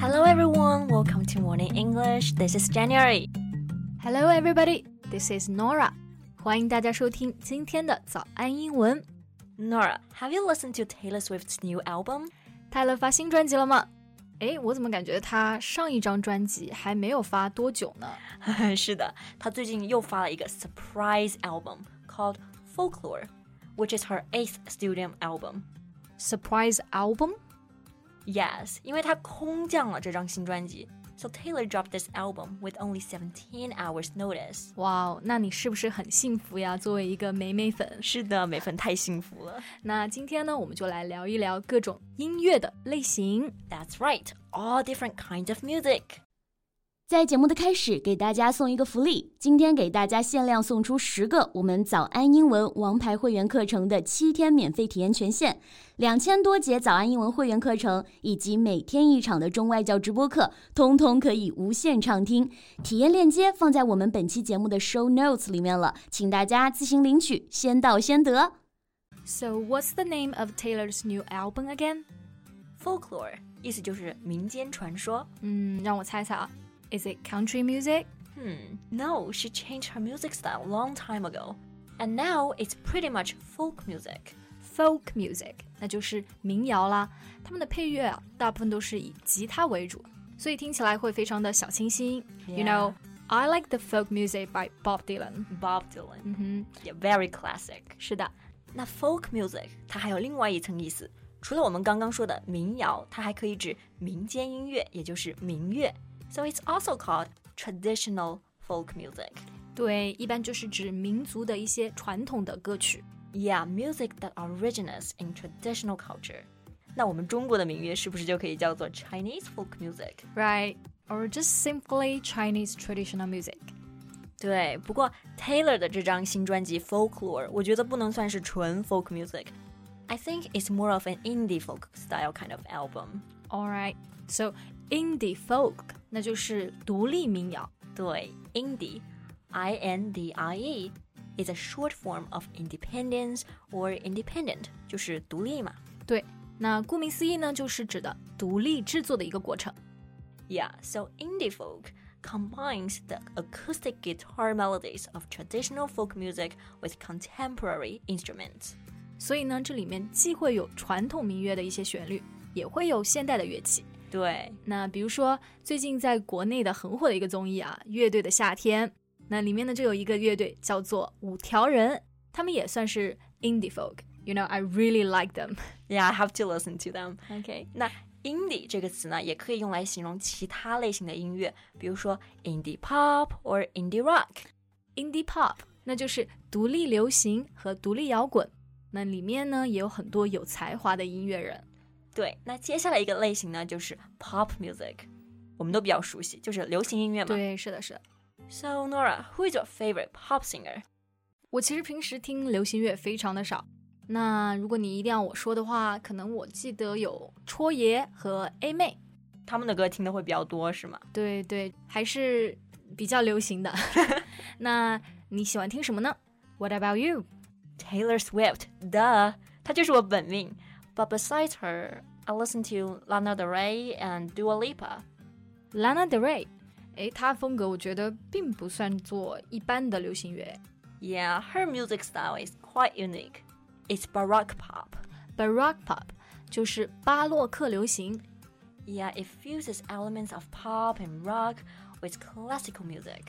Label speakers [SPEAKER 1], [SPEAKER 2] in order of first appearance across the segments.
[SPEAKER 1] everyone, welcome to Morning English. This is January.
[SPEAKER 2] Hello, everybody. This is Nora. 欢迎大家收听今天的早安英文。
[SPEAKER 1] Nora, have you listened to Taylor Swift's new album?
[SPEAKER 2] 泰勒发新专辑了吗？诶，我怎么感觉他上一张专辑还没有发多久呢？
[SPEAKER 1] 是的，她最近又发了一个 surprise album called Folklore, which is her eighth studio album.
[SPEAKER 2] surprise album?
[SPEAKER 1] Yes, 因为她空降了这张新专辑，so Taylor dropped this album with only 17 hours notice.
[SPEAKER 2] 哇哦，那你是不是很幸福呀？作为一个美美粉，
[SPEAKER 1] 是的，美粉太幸福了。
[SPEAKER 2] 那今天呢，我们就来聊一聊各种音乐的类型。
[SPEAKER 1] That's right, all different kinds of music.
[SPEAKER 3] 在节目的开始，给大家送一个福利，今天给大家限量送出十个我们早安英文王牌会员课程的七天免费体验权限，两千多节早安英文会员课程以及每天一场的中外教直播课，通通可以无限畅听。体验链接放在我们本期节目的 show notes 里面了，请大家自行领取，先到先得。
[SPEAKER 2] So, what's the name of Taylor's new album again?
[SPEAKER 1] Folklore 意思就是民间传说。
[SPEAKER 2] 嗯，让我猜猜啊，Is it country music?
[SPEAKER 1] Hmm, no, she changed her music style long time ago. And now it's pretty much folk music.
[SPEAKER 2] folk music，那就是民谣啦。他们的配乐啊，大部分都是以吉他为主，所以听起来会非常的小清新。You
[SPEAKER 1] Yeah.
[SPEAKER 2] know, I like the folk music by Bob Dylan。
[SPEAKER 1] Bob Dylan,
[SPEAKER 2] 嗯哼，
[SPEAKER 1] yeah, very classic.
[SPEAKER 2] 是的，
[SPEAKER 1] 那 folk music 它还有另外一层意思，除了我们刚刚说的民谣，它还可以指民间音乐，也就是民乐。So it's also called traditional folk music.
[SPEAKER 2] 对，一般就是指民族的一些传统的歌曲。
[SPEAKER 1] Yeah, music that originates in traditional culture. 那我们中国的民乐是不是就可以叫做 Chinese folk music？
[SPEAKER 2] Right, or just simply Chinese traditional music.
[SPEAKER 1] 对，不过 Taylor 的这张新专辑《Folklore》，我觉得不能算是纯 folk music。I think it's more of an indie folk style kind of album。
[SPEAKER 2] All right, so indie folk 那就是独立民谣。
[SPEAKER 1] 对，indie，I N D I E。is a short form of independence or independent，就是独立嘛。
[SPEAKER 2] 对，那顾名思义呢，就是指的独立制作的一个过程。
[SPEAKER 1] Yeah, so indie folk combines the acoustic guitar melodies of traditional folk music with contemporary instruments.
[SPEAKER 2] 所以呢，这里面既会有传统民乐的一些旋律，也会有现代的乐器。
[SPEAKER 1] 对，
[SPEAKER 2] 那比如说，最近在国内的很火的一个综艺啊，《乐队的夏天》，那里面呢就有一个乐队叫做五条人，他们也算是 indie folk。You know, I really like them.
[SPEAKER 1] Yeah, I have to listen to them.
[SPEAKER 2] OK，
[SPEAKER 1] 那 indie 这个词呢，也可以用来形容其他类型的音乐，比如说 indie pop or indie rock。
[SPEAKER 2] indie pop，那就是独立流行和独立摇滚。那里面呢也有很多有才华的音乐人。
[SPEAKER 1] 对，那接下来一个类型呢，就是 pop music，我们都比较熟悉，就是流行音乐嘛。
[SPEAKER 2] 对，是的，是的。
[SPEAKER 1] So Nora, who is your favorite pop singer?
[SPEAKER 2] 我其实平时听流行乐非常的少。那如果你一定要我说的话，可能我记得有戳爷和 A 妹，
[SPEAKER 1] 他们的歌听的会比较多，是吗？
[SPEAKER 2] 对对，还是比较流行的。 那你喜欢听什么呢？What about you？
[SPEAKER 1] Taylor Swift, duh，她就是我本命。But besides her, I listen to Lana Del Rey and Dua Lipa.
[SPEAKER 2] Lana Del Rey，诶，她风格我觉得并不算作一般的流行乐
[SPEAKER 1] Yeah, her music style is quite unique. It's baroque pop.
[SPEAKER 2] ，Baroque Pop 就是巴洛克流行。
[SPEAKER 1] Yeah, it fuses elements of pop and rock with classical music.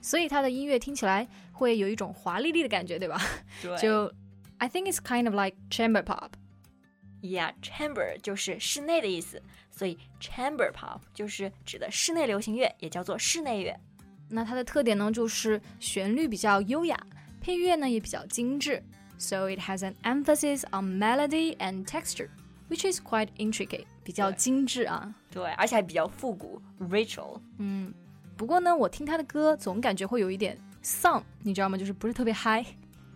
[SPEAKER 2] 所以她的音乐听起来会有一种华丽丽的感觉，对吧？ 就 I think it's kind of like chamber pop。
[SPEAKER 1] Yeah, chamber 就是室内的意思，所以 chamber pop 就是指的室内流行乐，也叫做室内乐。
[SPEAKER 2] 那它的特点呢，就是旋律比较优雅，配乐呢也比较精致。So it has an emphasis on melody and texture, which is quite intricate，比较
[SPEAKER 1] 对
[SPEAKER 2] 精致啊。
[SPEAKER 1] 对，而且还比较复古 ritual。
[SPEAKER 2] 嗯，不过呢，我听他的歌总感觉会有一点丧，你知道吗？就是不是特别嗨。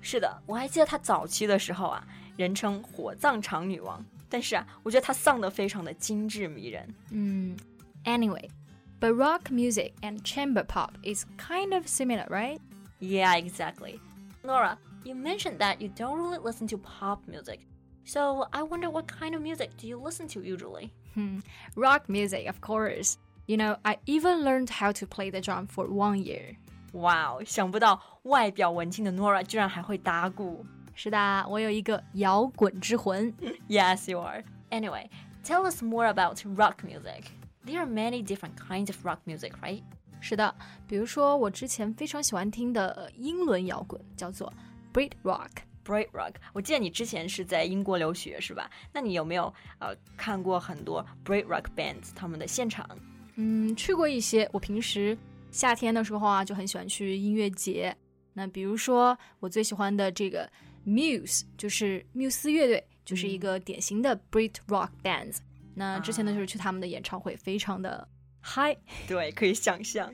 [SPEAKER 1] 是的，我还记得她早期的时候啊，人称火葬场女王，但是啊，我觉得她丧得非常的精致迷人。
[SPEAKER 2] 嗯，Anyway。Baroque music and chamber pop is kind of similar, right?
[SPEAKER 1] Yeah, exactly. Nora, you mentioned that you don't really listen to pop music. So I wonder what kind of music do you listen to usually?
[SPEAKER 2] Hmm, rock music, of course. You know, I even learned how to play the drum for one year.
[SPEAKER 1] 哇哦，想不到外表文静的 Nora 居然还会打鼓。
[SPEAKER 2] 是的，我有一个摇滚之魂。
[SPEAKER 1] Yes, you are. Anyway, tell us more about rock music. There are many different kinds of rock music, right?
[SPEAKER 2] 是的，比如说我之前非常喜欢听的呃英伦摇滚，叫做 Brit Rock。
[SPEAKER 1] Brit rock，我记得你之前是在英国留学是吧？那你有没有呃看过很多 Brit rock bands 他们的现场？
[SPEAKER 2] 嗯，去过一些。我平时夏天的时候啊，就很喜欢去音乐节。那比如说我最喜欢的这个 Muse，就是缪斯乐队，就是一个典型的 Brit Rock band。那之前呢，
[SPEAKER 1] 啊
[SPEAKER 2] 就是去他们的演唱会，非常的嗨。
[SPEAKER 1] 对，可以想象。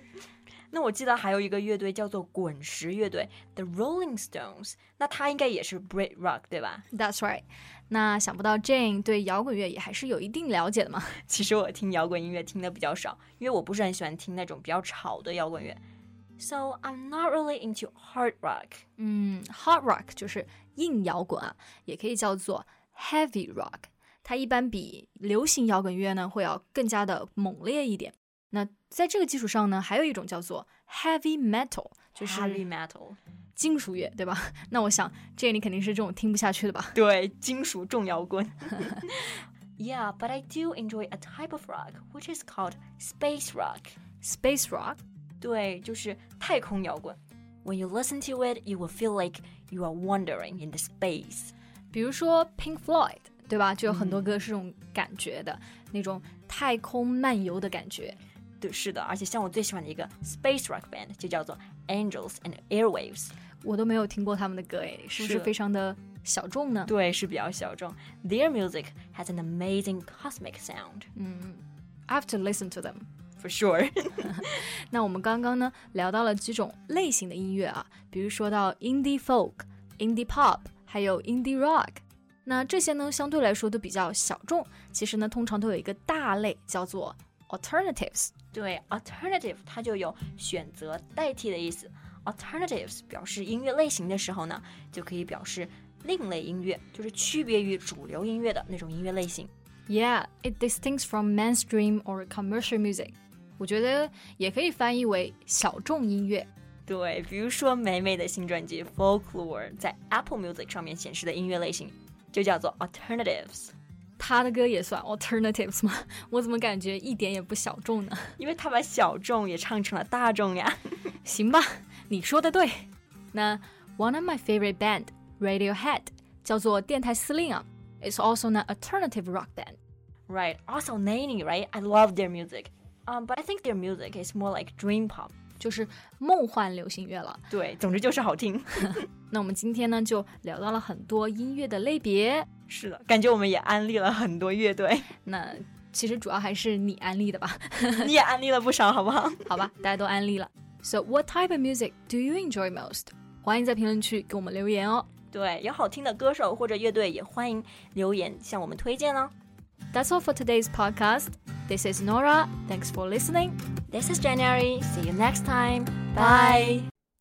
[SPEAKER 1] 那我记得还有一个乐队叫做滚石乐队 The Rolling Stones，那它应该也是 Brit rock 对吧？
[SPEAKER 2] That's right。那想不到 Jane 对摇滚乐也还是有一定了解的嘛。
[SPEAKER 1] 其实我听摇滚音乐听的比较少，因为我不是很喜欢听那种比较吵的摇滚乐。So I'm not really into hard rock.
[SPEAKER 2] 嗯，hard rock 就是硬摇滚啊，也可以叫做 heavy rock。它一般比流行摇滚乐呢会要更加的猛烈一点。那在这个基础上呢，还有一种叫做 heavy metal，就
[SPEAKER 1] heavy
[SPEAKER 2] 是
[SPEAKER 1] metal，
[SPEAKER 2] 金属乐，对吧？ 那我想这你肯定是这种听不下去的吧？
[SPEAKER 1] 对，金属重摇滚。yeah, but I do enjoy a type of rock which is called space rock.
[SPEAKER 2] Space rock，
[SPEAKER 1] 对，就是太空摇滚。When you listen to it, you will feel like you are wandering in the space.
[SPEAKER 2] 比如说 Pink Floyd，对吧？就有很多
[SPEAKER 1] 嗯
[SPEAKER 2] 歌是这种感觉的，那种太空漫游的感觉。
[SPEAKER 1] 对，是的，而且像我最喜欢的一个 space rock band 就叫做 Angels and Airwaves。
[SPEAKER 2] 我都没有听过他们的歌，诶，是不是
[SPEAKER 1] 是
[SPEAKER 2] 非常的小众呢？
[SPEAKER 1] 对，是比较小众。Their music has an amazing cosmic sound,
[SPEAKER 2] I have to listen to them。
[SPEAKER 1] for sure.
[SPEAKER 2] 那我们刚刚呢聊到了几种类型的音乐啊，比如说到 indie folk、indie pop，还有 indie rock。那这些呢相对来说都比较小众，其实呢通常都有一个大类叫做 alternatives。
[SPEAKER 1] 对，alternative 它就有选择、代替的意思。Alternatives 表示音乐类型的时候呢，就可以表示另类音乐，就是区别于主流音乐的那种音乐类型。
[SPEAKER 2] Yeah, it distincts from mainstream or commercial music。我觉得也可以翻译为小众音乐。
[SPEAKER 1] 对，比如说霉霉的新专辑《Folklore》在 Apple Music 上面显示的音乐类型就叫做 alternatives。
[SPEAKER 2] 他的歌也算 alternatives 吗？我怎么感觉一点也不小众呢？
[SPEAKER 1] 因为他把小众也唱成了大众呀。
[SPEAKER 2] 行吧，你说的对。那 One of my favorite band Radiohead 叫做电台司令啊，It's also an alternative rock band。
[SPEAKER 1] Right, also Nanny, right? I love their music. Um, but I think their music is more like dream pop.
[SPEAKER 2] 就是梦幻流行乐了。
[SPEAKER 1] 对，总之就是好听。
[SPEAKER 2] 那我们今天呢，就聊到了很多音乐的类别。
[SPEAKER 1] 是的，感觉我们也安利了很多乐队，
[SPEAKER 2] 那其实主要还是你安利的吧？
[SPEAKER 1] 你也安利了不少，好不 好？
[SPEAKER 2] 好吧，大家都安利了。So what type of music do you enjoy most？欢迎在评论区给我们留言哦。
[SPEAKER 1] 对，有好听的歌手或者乐队，也欢迎留言向我们推荐哦。
[SPEAKER 2] That's all for today's podcast. This is Nora. Thanks for listening.
[SPEAKER 1] This is January. See you next time.
[SPEAKER 2] Bye.
[SPEAKER 1] Bye.